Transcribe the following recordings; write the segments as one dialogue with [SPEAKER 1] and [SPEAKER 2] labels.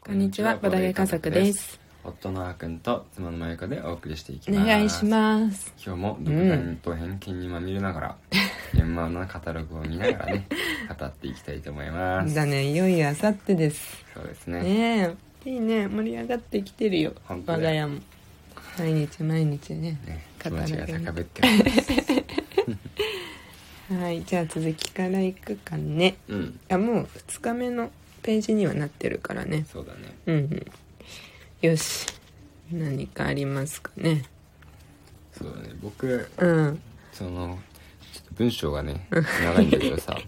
[SPEAKER 1] こんにちはボドゲ家族です
[SPEAKER 2] 夫のあーくんと妻のまゆかでお送りしていき
[SPEAKER 1] お
[SPEAKER 2] ます
[SPEAKER 1] 願いします
[SPEAKER 2] 今日も独断と偏見にまみれながら、現場のカタログを見ながら ね語っていきたいと思います
[SPEAKER 1] だねいよいよあさってです
[SPEAKER 2] そうですね
[SPEAKER 1] ねえいいね盛り上がってきてるよ
[SPEAKER 2] 本当だ
[SPEAKER 1] 我が
[SPEAKER 2] よ
[SPEAKER 1] 家も毎日毎日ね
[SPEAKER 2] ね
[SPEAKER 1] カ
[SPEAKER 2] 気
[SPEAKER 1] タログね
[SPEAKER 2] 持ちが高ぶってます
[SPEAKER 1] はいじゃあ続きからいくかね
[SPEAKER 2] うん
[SPEAKER 1] あもう2日目のページにはなってるからね
[SPEAKER 2] そうだね
[SPEAKER 1] うんうんよし何かありますかね
[SPEAKER 2] そうだね僕
[SPEAKER 1] うん
[SPEAKER 2] そのちょっと文章がね長いんだけど さ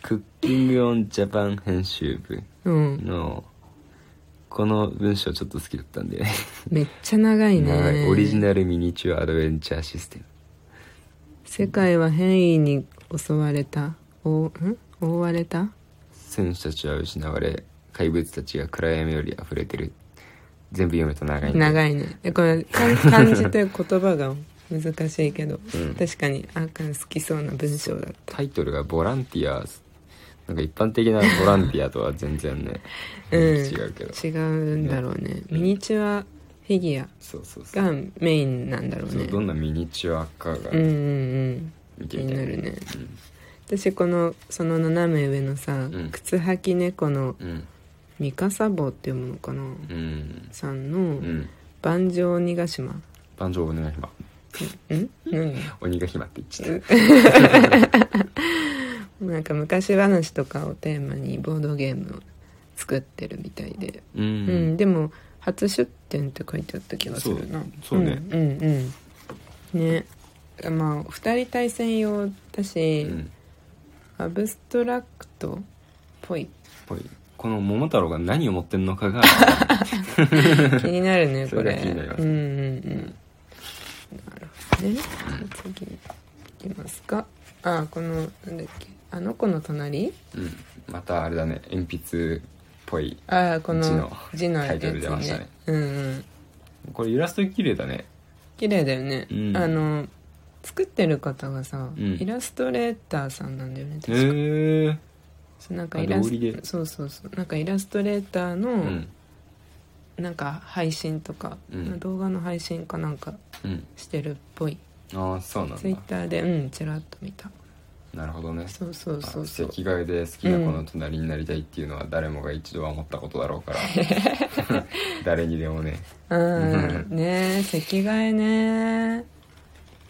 [SPEAKER 2] クッキングオンジャパン編集部
[SPEAKER 1] うん
[SPEAKER 2] のこの文章ちょっと好きだったんだよね
[SPEAKER 1] めっちゃ長いね
[SPEAKER 2] 長いオリジナルミニチュアアドベンチャーシステム
[SPEAKER 1] 世界は変異に襲われたおん覆われた
[SPEAKER 2] 選手たちは失われ怪物たちが暗闇より溢れてる全部読むと長いんだ
[SPEAKER 1] 長いねえこれ漢漢字という言葉が難しいけど、
[SPEAKER 2] うん
[SPEAKER 1] 確かにあーくん好きそうな文章だった
[SPEAKER 2] タイトルが「ボランティア」なんか一般的なボランティアとは全然ね、
[SPEAKER 1] うん
[SPEAKER 2] 違うけど
[SPEAKER 1] 違うんだろうねミニチュアフィギュア
[SPEAKER 2] そうそうそう,、
[SPEAKER 1] がメインなんだろう
[SPEAKER 2] そ
[SPEAKER 1] ね
[SPEAKER 2] うどんなミニチュアかが
[SPEAKER 1] うんうんうん
[SPEAKER 2] 見
[SPEAKER 1] 気
[SPEAKER 2] てみ
[SPEAKER 1] に
[SPEAKER 2] た、
[SPEAKER 1] ないるね私このその斜め上のさ、
[SPEAKER 2] うん
[SPEAKER 1] 靴履き猫の
[SPEAKER 2] うん
[SPEAKER 1] 三笠坊っていうものかな、
[SPEAKER 2] うんうん
[SPEAKER 1] さん
[SPEAKER 2] う
[SPEAKER 1] の
[SPEAKER 2] ん
[SPEAKER 1] 「万丈鬼ヶ島」
[SPEAKER 2] 万丈鬼ヶ島
[SPEAKER 1] ん何
[SPEAKER 2] 鬼ヶ島って言っちゃった
[SPEAKER 1] なんか昔話とかをテーマにボードゲームを作ってるみたいで、
[SPEAKER 2] う
[SPEAKER 1] うんんでも初出店って書いてあった気がするな
[SPEAKER 2] そうそうね
[SPEAKER 1] んうんうんねまあ2人対戦用だし、
[SPEAKER 2] うん
[SPEAKER 1] アブストラクトっぽい
[SPEAKER 2] ぽいこの桃太郎が何を持ってんのかが
[SPEAKER 1] 気になるね
[SPEAKER 2] そ
[SPEAKER 1] こ
[SPEAKER 2] れが
[SPEAKER 1] れ
[SPEAKER 2] 気になります
[SPEAKER 1] うんうんうんなるほどね次いきますかあこのなんだっけあの子の隣
[SPEAKER 2] うんまたあれだね鉛筆っぽい
[SPEAKER 1] ああこ
[SPEAKER 2] 字
[SPEAKER 1] の
[SPEAKER 2] の
[SPEAKER 1] 字のや
[SPEAKER 2] タイ
[SPEAKER 1] つ
[SPEAKER 2] トル出ましたね
[SPEAKER 1] ねうんうん
[SPEAKER 2] これイラスト綺麗だね
[SPEAKER 1] 綺麗だよね、
[SPEAKER 2] うん
[SPEAKER 1] あの作ってる方がさ、
[SPEAKER 2] うん
[SPEAKER 1] イラストレーターさんなんだよね
[SPEAKER 2] へ
[SPEAKER 1] 確か、
[SPEAKER 2] えー、
[SPEAKER 1] そうなんか
[SPEAKER 2] あ
[SPEAKER 1] イラ
[SPEAKER 2] 料理
[SPEAKER 1] ス
[SPEAKER 2] で
[SPEAKER 1] そうそうそうなんかイラストレーターの、
[SPEAKER 2] うん
[SPEAKER 1] なんか配信とか、
[SPEAKER 2] うん
[SPEAKER 1] 動画の配信かなんか
[SPEAKER 2] うん
[SPEAKER 1] してるっぽい
[SPEAKER 2] ああそうなん
[SPEAKER 1] ツイッ
[SPEAKER 2] だ
[SPEAKER 1] ターでうんちらっと見た
[SPEAKER 2] なるほどね
[SPEAKER 1] そうそうそうそう
[SPEAKER 2] 赤外で好きな子の隣になりたいっていうのは誰もが一度は思ったことだろうから 誰にでもね
[SPEAKER 1] うんねえ赤外ね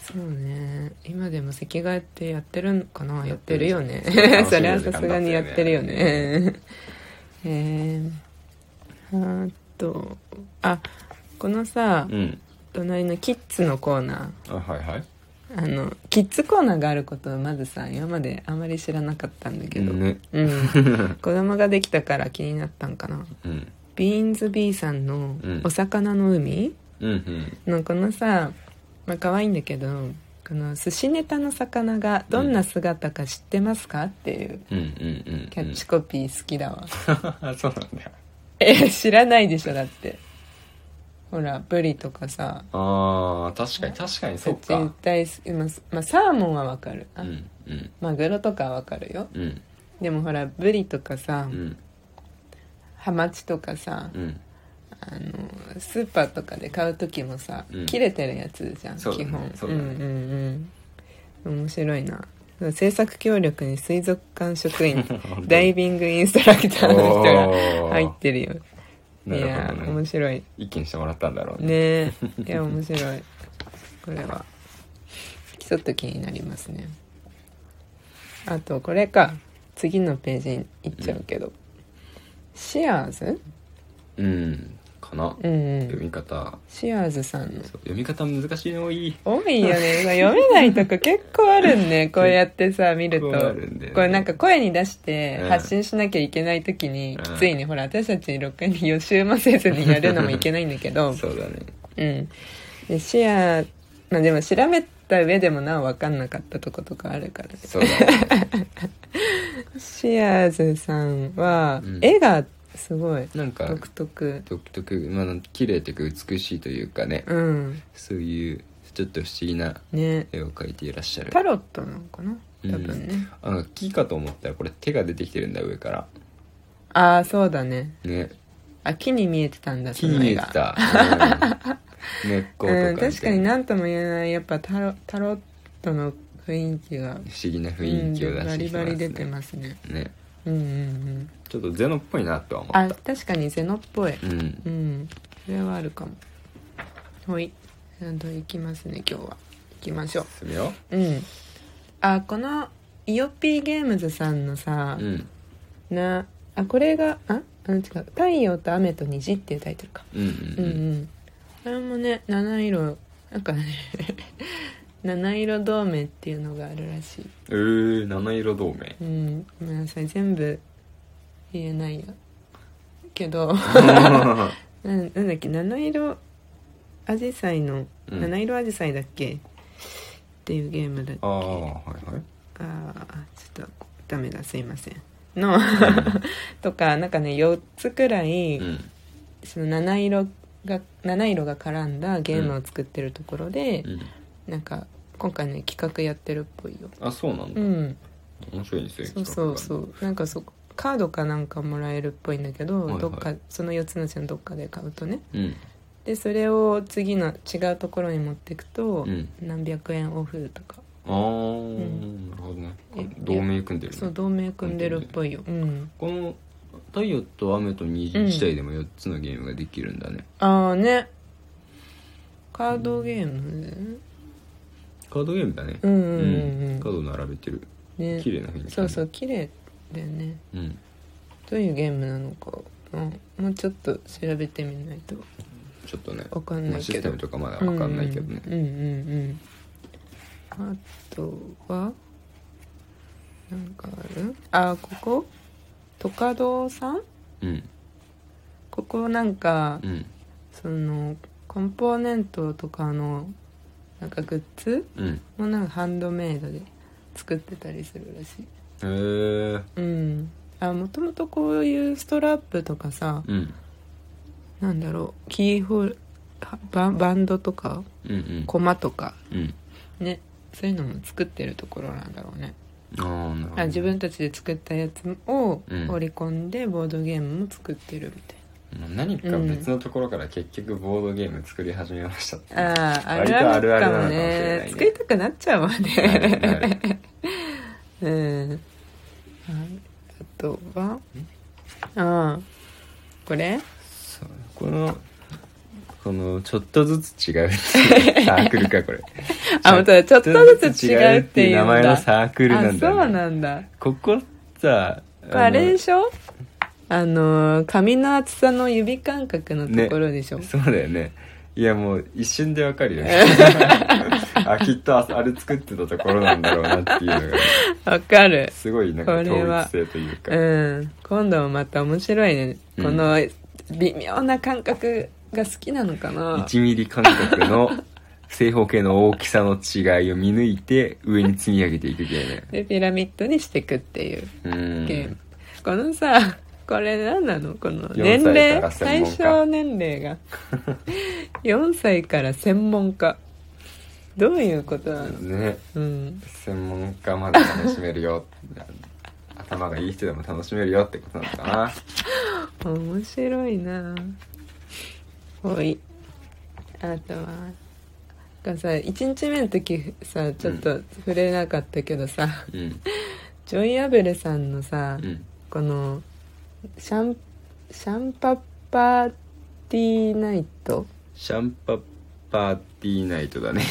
[SPEAKER 1] そうね今でも赤外ってやってるのかなや
[SPEAKER 2] や
[SPEAKER 1] っ
[SPEAKER 2] ってて
[SPEAKER 1] る
[SPEAKER 2] る
[SPEAKER 1] よね そ
[SPEAKER 2] そ
[SPEAKER 1] れ
[SPEAKER 2] れ
[SPEAKER 1] は
[SPEAKER 2] は
[SPEAKER 1] さすがにやってるよ ねえー、あとあこのさ
[SPEAKER 2] うん
[SPEAKER 1] 隣のキッズのコーナ
[SPEAKER 2] あはいはい
[SPEAKER 1] ーあのキッズコーナーがあることをまずさ今まであまり知らなかったんだけど、
[SPEAKER 2] ね
[SPEAKER 1] うん子供ができたから気になったんかな
[SPEAKER 2] うん
[SPEAKER 1] ビーンズビーさんの
[SPEAKER 2] うん
[SPEAKER 1] 「お魚の海」
[SPEAKER 2] うんうん
[SPEAKER 1] のこのさまあ可愛いんだけどこの寿司ネタの魚がどんな姿か知ってますかっていう
[SPEAKER 2] うんうんうんうん
[SPEAKER 1] キャッチコピー好きだわ、
[SPEAKER 2] あ そうなんだ
[SPEAKER 1] え知らないでしょだってほらブリとかさ
[SPEAKER 2] あー確かに確かにそう
[SPEAKER 1] 絶
[SPEAKER 2] か
[SPEAKER 1] 対好きまあまあサーモンはわかる、
[SPEAKER 2] う
[SPEAKER 1] あ
[SPEAKER 2] んうん
[SPEAKER 1] マグロとかはわかるよ
[SPEAKER 2] うん
[SPEAKER 1] でもほらブリとかさ、
[SPEAKER 2] うん
[SPEAKER 1] ハマチとかさ、
[SPEAKER 2] うん
[SPEAKER 1] あのスーパーとかで買う時もさ、
[SPEAKER 2] うん
[SPEAKER 1] 切れてるやつじゃん、
[SPEAKER 2] そうだ
[SPEAKER 1] 基
[SPEAKER 2] ね
[SPEAKER 1] 本
[SPEAKER 2] そうだね
[SPEAKER 1] んうんうん面白いな制作協力に水族館職 員
[SPEAKER 2] 当
[SPEAKER 1] ダイビングインストラクターの人が
[SPEAKER 2] おー
[SPEAKER 1] 入ってるよ
[SPEAKER 2] ないる
[SPEAKER 1] や
[SPEAKER 2] ほ
[SPEAKER 1] ー
[SPEAKER 2] ど
[SPEAKER 1] 面
[SPEAKER 2] ね
[SPEAKER 1] 白い
[SPEAKER 2] 意見してもらったんだろうね
[SPEAKER 1] ねえいや面白いこれはちょっと気になりますねあとこれか次のページに行っちゃうけど、シアーズ、
[SPEAKER 2] うんかな
[SPEAKER 1] うんう
[SPEAKER 2] 読
[SPEAKER 1] ん、
[SPEAKER 2] み方
[SPEAKER 1] シアーズさんの
[SPEAKER 2] そう読み方難しいの多い
[SPEAKER 1] 多いよね読めないとこ結構あるん ねこうやってさ見ると
[SPEAKER 2] 結構あるんだよね
[SPEAKER 1] これなんか声に出して
[SPEAKER 2] うん
[SPEAKER 1] 発信しなきゃいけない時に、
[SPEAKER 2] うん
[SPEAKER 1] ついにほら私たちろくに予習もせずにやるのもいけないんだけど
[SPEAKER 2] そうだね
[SPEAKER 1] うんでシアまあでも調べた上でもなお分かんなかったとことかあるからね
[SPEAKER 2] そうだね
[SPEAKER 1] シアーズさんは、
[SPEAKER 2] うん
[SPEAKER 1] 絵がすごい
[SPEAKER 2] なんか
[SPEAKER 1] 独特
[SPEAKER 2] 独特まあ綺麗というか美しいというかね、
[SPEAKER 1] うん
[SPEAKER 2] そういうちょっと不思議な
[SPEAKER 1] ね
[SPEAKER 2] 絵を描いていらっしゃる
[SPEAKER 1] タロットなのかな多分ね、
[SPEAKER 2] あの木かと思ったらこれ手が出てきてるんだ上から
[SPEAKER 1] ああそうだね
[SPEAKER 2] ね
[SPEAKER 1] あ木に見えてたんだ
[SPEAKER 2] 木に見えてた、 うん根っ
[SPEAKER 1] そ
[SPEAKER 2] ことか
[SPEAKER 1] の絵がう
[SPEAKER 2] み
[SPEAKER 1] ん、
[SPEAKER 2] たい
[SPEAKER 1] 確かに何とも言えないやっぱタロタロットの雰囲気が
[SPEAKER 2] 不思議な雰囲気を出
[SPEAKER 1] うんバ
[SPEAKER 2] して
[SPEAKER 1] リ
[SPEAKER 2] きてま
[SPEAKER 1] バ
[SPEAKER 2] すね,、
[SPEAKER 1] リ出てますね
[SPEAKER 2] ね
[SPEAKER 1] うんうんうん
[SPEAKER 2] ちょっとゼノっぽいなとは思
[SPEAKER 1] あ
[SPEAKER 2] った
[SPEAKER 1] 確かにゼノっぽい
[SPEAKER 2] うん
[SPEAKER 1] うんそれはあるかもほいちゃんと行きますね今日は行きましょ
[SPEAKER 2] 進めよ
[SPEAKER 1] ううんあこのイオピーゲームズさんのさ
[SPEAKER 2] う、うん
[SPEAKER 1] なあこれがああ違う「太陽と雨と虹」っていうタイトルか
[SPEAKER 2] う
[SPEAKER 1] う
[SPEAKER 2] んうん
[SPEAKER 1] う
[SPEAKER 2] んうん
[SPEAKER 1] んあれもね七色なんかね 七色同盟っていうのがあるらしい
[SPEAKER 2] えー、七色同盟
[SPEAKER 1] うんごめんなさい全部言えないやけど ななんだっけ七色アジサイの、
[SPEAKER 2] うん
[SPEAKER 1] 七色アジサイだっけっていうゲームだっけ
[SPEAKER 2] ああはいはい
[SPEAKER 1] あーちょっとダメだすいませんの とかなんかね4つくらい、
[SPEAKER 2] うん
[SPEAKER 1] その七色が七色が絡んだゲームを作ってるところで、
[SPEAKER 2] うん
[SPEAKER 1] なんか今回ね企画やってるっぽいよ
[SPEAKER 2] あそうなん
[SPEAKER 1] う
[SPEAKER 2] だ、
[SPEAKER 1] ん
[SPEAKER 2] 面白いですよ
[SPEAKER 1] そうそうそううなんかそカードかなんかもらえるっぽいんだけど、
[SPEAKER 2] はいはい
[SPEAKER 1] どっかその4つのうちのどっかで買うとね
[SPEAKER 2] うん
[SPEAKER 1] でそれを次の違うところに持ってくと、
[SPEAKER 2] うん
[SPEAKER 1] 何百円オフとか
[SPEAKER 2] あー、
[SPEAKER 1] ん
[SPEAKER 2] なるほどね
[SPEAKER 1] え
[SPEAKER 2] 同盟組んでるね
[SPEAKER 1] そう同盟組んでるっぽいよ、うん、
[SPEAKER 2] この「太陽と雨と虹」自体でも4つのゲームができるんだね、
[SPEAKER 1] ああねカードゲーム
[SPEAKER 2] カードゲームだね
[SPEAKER 1] うんうんうんうん
[SPEAKER 2] カード並べてる
[SPEAKER 1] ね
[SPEAKER 2] 綺麗な雰囲気、
[SPEAKER 1] そうそうう綺麗だよね
[SPEAKER 2] うん、
[SPEAKER 1] どういうゲームなのか、うん、もうちょっと調べてみないと
[SPEAKER 2] ちょっとね
[SPEAKER 1] わかん
[SPEAKER 2] ま
[SPEAKER 1] な
[SPEAKER 2] あ
[SPEAKER 1] い
[SPEAKER 2] シ
[SPEAKER 1] け
[SPEAKER 2] ステ
[SPEAKER 1] ど
[SPEAKER 2] ムとかまだわかんないけどね、
[SPEAKER 1] うんうんうんうん、あとはなんかあるあここトカドーさん
[SPEAKER 2] うん
[SPEAKER 1] ここなんか、
[SPEAKER 2] うん
[SPEAKER 1] そのコンポーネントとかのなんかグッズ
[SPEAKER 2] うん
[SPEAKER 1] もなんかハンドメイドで作ってたりするらしい
[SPEAKER 2] へえ
[SPEAKER 1] うんあもともとこういうストラップとかさ
[SPEAKER 2] うん
[SPEAKER 1] なんだろうキーホルはババンドとか
[SPEAKER 2] うんうん
[SPEAKER 1] コマとか
[SPEAKER 2] うん
[SPEAKER 1] ねそういうのも作ってるところなんだろうね
[SPEAKER 2] ああなるほど
[SPEAKER 1] あ自分たちで作ったやつを
[SPEAKER 2] うん
[SPEAKER 1] 織り込んでボードゲームも作ってるみたい
[SPEAKER 2] もう何か別のところから結局ボードゲーム作り始めましたって、
[SPEAKER 1] な、あああ
[SPEAKER 2] 割
[SPEAKER 1] る
[SPEAKER 2] と
[SPEAKER 1] あ
[SPEAKER 2] あ
[SPEAKER 1] る
[SPEAKER 2] るある
[SPEAKER 1] か
[SPEAKER 2] なの
[SPEAKER 1] も
[SPEAKER 2] かもしれ
[SPEAKER 1] ね
[SPEAKER 2] ないね
[SPEAKER 1] 作りたくなっちゃうわ
[SPEAKER 2] なるな
[SPEAKER 1] ね
[SPEAKER 2] る
[SPEAKER 1] うんはいあとはああこれ
[SPEAKER 2] そうこのこのちょっとずつ違うっていうサーク ルかこれ
[SPEAKER 1] あ本当だちょっとずつ違うっていう
[SPEAKER 2] ちょっとずつ違うってい名
[SPEAKER 1] んだ
[SPEAKER 2] 前のサークルなんだよね、
[SPEAKER 1] あそうなんだ
[SPEAKER 2] ここさ
[SPEAKER 1] これあれ
[SPEAKER 2] の
[SPEAKER 1] でしょあの髪の厚さの指感覚のところでしょ、
[SPEAKER 2] そうだよねいやもう一瞬でわかる よねあきっとああれ作ってたところなんだろうなっていうのが
[SPEAKER 1] わかる
[SPEAKER 2] すごいなんか
[SPEAKER 1] これは
[SPEAKER 2] 統一性というか、
[SPEAKER 1] うん今度もまた面白いね、
[SPEAKER 2] うん
[SPEAKER 1] この微妙な感覚が好きなのかな
[SPEAKER 2] 1ミリ間隔の正方形の大きさの違いを見抜いて上に積み上げていくゲー
[SPEAKER 1] でピラミッドにしていくっていう
[SPEAKER 2] ム
[SPEAKER 1] ゲー
[SPEAKER 2] う
[SPEAKER 1] ム、このさこれ何なのこの年
[SPEAKER 2] 4歳から
[SPEAKER 1] 齢
[SPEAKER 2] 専
[SPEAKER 1] 対
[SPEAKER 2] 門家
[SPEAKER 1] 象年齢が4歳から専門家どういうことなの
[SPEAKER 2] んね
[SPEAKER 1] うん
[SPEAKER 2] 専門家まで楽しめるよ頭がいい人でも楽しめるよってことなのかな
[SPEAKER 1] 面白いなおいあとはがさ1日目の時さちょっと触れなかったけどさ、
[SPEAKER 2] うん
[SPEAKER 1] ジョイ・アベルさんのさ、
[SPEAKER 2] うん
[SPEAKER 1] このシャンシャンパッパーティーナイト
[SPEAKER 2] シャンパッパーティーナイトだね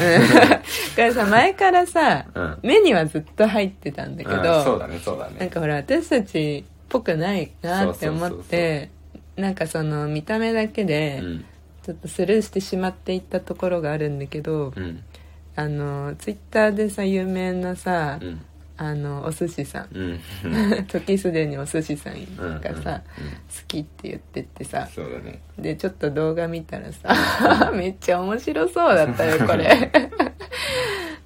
[SPEAKER 1] が さ前からさ、
[SPEAKER 2] うん
[SPEAKER 1] 目にはずっと入ってたんだけど、
[SPEAKER 2] うんそうだねそうだ
[SPEAKER 1] なん
[SPEAKER 2] ね
[SPEAKER 1] かほら私たちっぽくないなって思ってなんかその見た目だけ
[SPEAKER 2] う
[SPEAKER 1] で、
[SPEAKER 2] ん
[SPEAKER 1] ちょっとスルーしてしまっていったところがあるんだけど、
[SPEAKER 2] うん
[SPEAKER 1] あのツイッターでさ有名なさ、
[SPEAKER 2] うん
[SPEAKER 1] あのお寿司さん
[SPEAKER 2] うん
[SPEAKER 1] 時すでにお寿司さん
[SPEAKER 2] うん
[SPEAKER 1] がさ、
[SPEAKER 2] うんうん
[SPEAKER 1] 好きって言ってってさ
[SPEAKER 2] そうだね
[SPEAKER 1] でちょっと動画見たらさ めっちゃ面白そうだった よこれ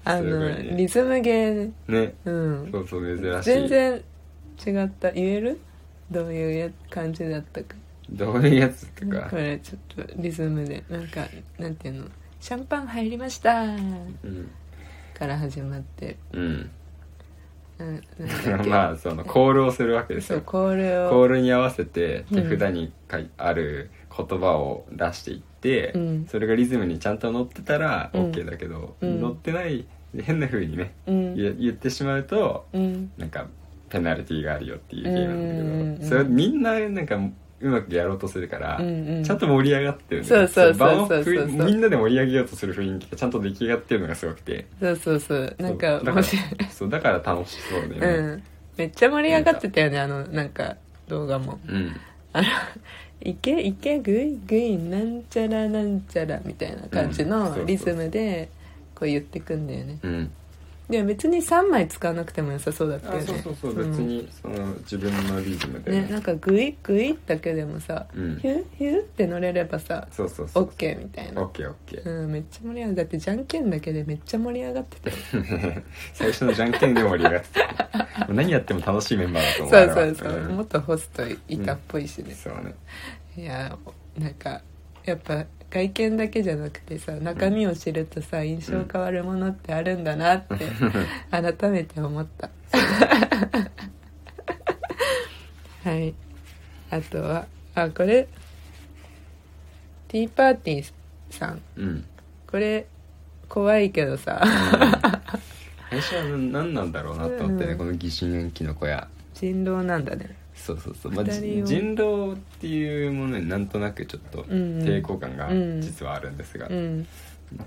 [SPEAKER 1] あ
[SPEAKER 2] すご
[SPEAKER 1] の、
[SPEAKER 2] いね
[SPEAKER 1] リズムゲーね
[SPEAKER 2] ね
[SPEAKER 1] うん
[SPEAKER 2] そうそう珍し
[SPEAKER 1] 全
[SPEAKER 2] い
[SPEAKER 1] 然違った言えるどういうや感じだったか
[SPEAKER 2] どういうやつとか
[SPEAKER 1] これちょっとリズムでなんかなんていうのシャンパン入りました
[SPEAKER 2] うん
[SPEAKER 1] から始まって
[SPEAKER 2] うん
[SPEAKER 1] うんなんだっけ
[SPEAKER 2] まあそのコールをするわけです
[SPEAKER 1] そう
[SPEAKER 2] よ
[SPEAKER 1] コールを
[SPEAKER 2] コールに合わせて
[SPEAKER 1] う
[SPEAKER 2] 手
[SPEAKER 1] ん
[SPEAKER 2] 札に書いある言葉を出していって、
[SPEAKER 1] うん
[SPEAKER 2] それがリズムにちゃんと乗ってたら
[SPEAKER 1] うん
[SPEAKER 2] OK だけど、
[SPEAKER 1] うん
[SPEAKER 2] 乗ってない変な風にね、
[SPEAKER 1] うん
[SPEAKER 2] 言え言ってしまうと
[SPEAKER 1] うん
[SPEAKER 2] なんかペナルティーがあるよっていうゲームなんだけど、
[SPEAKER 1] うんうんうん
[SPEAKER 2] それみんななんかうまくやろうとするから、
[SPEAKER 1] うんうん
[SPEAKER 2] ちゃんと盛り上がってるね
[SPEAKER 1] そうそうそう
[SPEAKER 2] 場を
[SPEAKER 1] そうそうそう
[SPEAKER 2] ふいみんなで盛り上げようとする雰囲気がちゃんと出来上がってるのがすごくて
[SPEAKER 1] そうそうそうなん
[SPEAKER 2] そ
[SPEAKER 1] か
[SPEAKER 2] うだ
[SPEAKER 1] 面白い
[SPEAKER 2] らそうだから楽しそうだ
[SPEAKER 1] う
[SPEAKER 2] よね
[SPEAKER 1] んめっちゃ盛り上がってたよねあのなんか動画も
[SPEAKER 2] うん、
[SPEAKER 1] あの「いけいけぐいぐいなんちゃらなんちゃら」みたいな感じ
[SPEAKER 2] うんそうそ
[SPEAKER 1] の
[SPEAKER 2] う
[SPEAKER 1] リズムでこう言ってくんだよね
[SPEAKER 2] うん
[SPEAKER 1] でも別に3枚使わなくても良さそうだったよ
[SPEAKER 2] あ
[SPEAKER 1] ね
[SPEAKER 2] そうそうそう、
[SPEAKER 1] ん
[SPEAKER 2] 別にその自分のリズムで、
[SPEAKER 1] ねなんかグイグイだけでもさ、
[SPEAKER 2] うん
[SPEAKER 1] ヒュッヒュッって乗れればさ
[SPEAKER 2] そうそうそう
[SPEAKER 1] オッケーみたい
[SPEAKER 2] オッ
[SPEAKER 1] な、
[SPEAKER 2] ケーオッケー
[SPEAKER 1] うん、めっちゃ盛り上がるだってじゃんけんだけでめっちゃ盛り上がってたよ
[SPEAKER 2] 最初のじゃんけんで盛り上がってたもう何やって も楽しいメンバーだと
[SPEAKER 1] そう
[SPEAKER 2] 思うあれは
[SPEAKER 1] そうそう、
[SPEAKER 2] ん
[SPEAKER 1] 元ホストいたっぽいしね、
[SPEAKER 2] そうね
[SPEAKER 1] いやなんかやっぱ外見だけじゃなくてさ中身を知るとさ印象変わるものってあるんだなって改めて思った はいあとはあこれティーパーティーさん
[SPEAKER 2] うん
[SPEAKER 1] これ怖いけどさ
[SPEAKER 2] 最初は何なんだろうなと思ってね、
[SPEAKER 1] うん
[SPEAKER 2] この疑心暗鬼の小屋
[SPEAKER 1] 人狼なんだね
[SPEAKER 2] そうそうそう、まあ、
[SPEAKER 1] 二人
[SPEAKER 2] じ
[SPEAKER 1] を
[SPEAKER 2] 人狼っていうものになんとなくちょっと
[SPEAKER 1] ん
[SPEAKER 2] 抵抗感が
[SPEAKER 1] うん
[SPEAKER 2] 実はあるんですが、
[SPEAKER 1] うん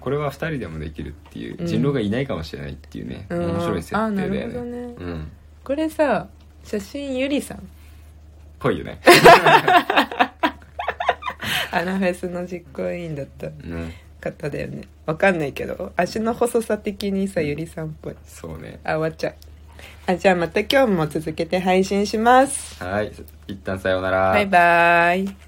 [SPEAKER 2] これは2人でもできるっていう、
[SPEAKER 1] うん
[SPEAKER 2] 人狼がいないかもしれないっていうね、
[SPEAKER 1] うん
[SPEAKER 2] 面白い設
[SPEAKER 1] あ
[SPEAKER 2] 定
[SPEAKER 1] な
[SPEAKER 2] だよ
[SPEAKER 1] るほ
[SPEAKER 2] ね
[SPEAKER 1] どね
[SPEAKER 2] うん
[SPEAKER 1] これさ写真ゆりさん
[SPEAKER 2] ぽいよね、
[SPEAKER 1] アナフェスの実行委員だった
[SPEAKER 2] うん、
[SPEAKER 1] 方だよねわかんないけど足の細さ的にさゆりさんっぽい
[SPEAKER 2] そうね
[SPEAKER 1] あ終わっちゃうあじゃあまた今日も続けて配信します
[SPEAKER 2] はい一旦さようなら
[SPEAKER 1] バイバーイ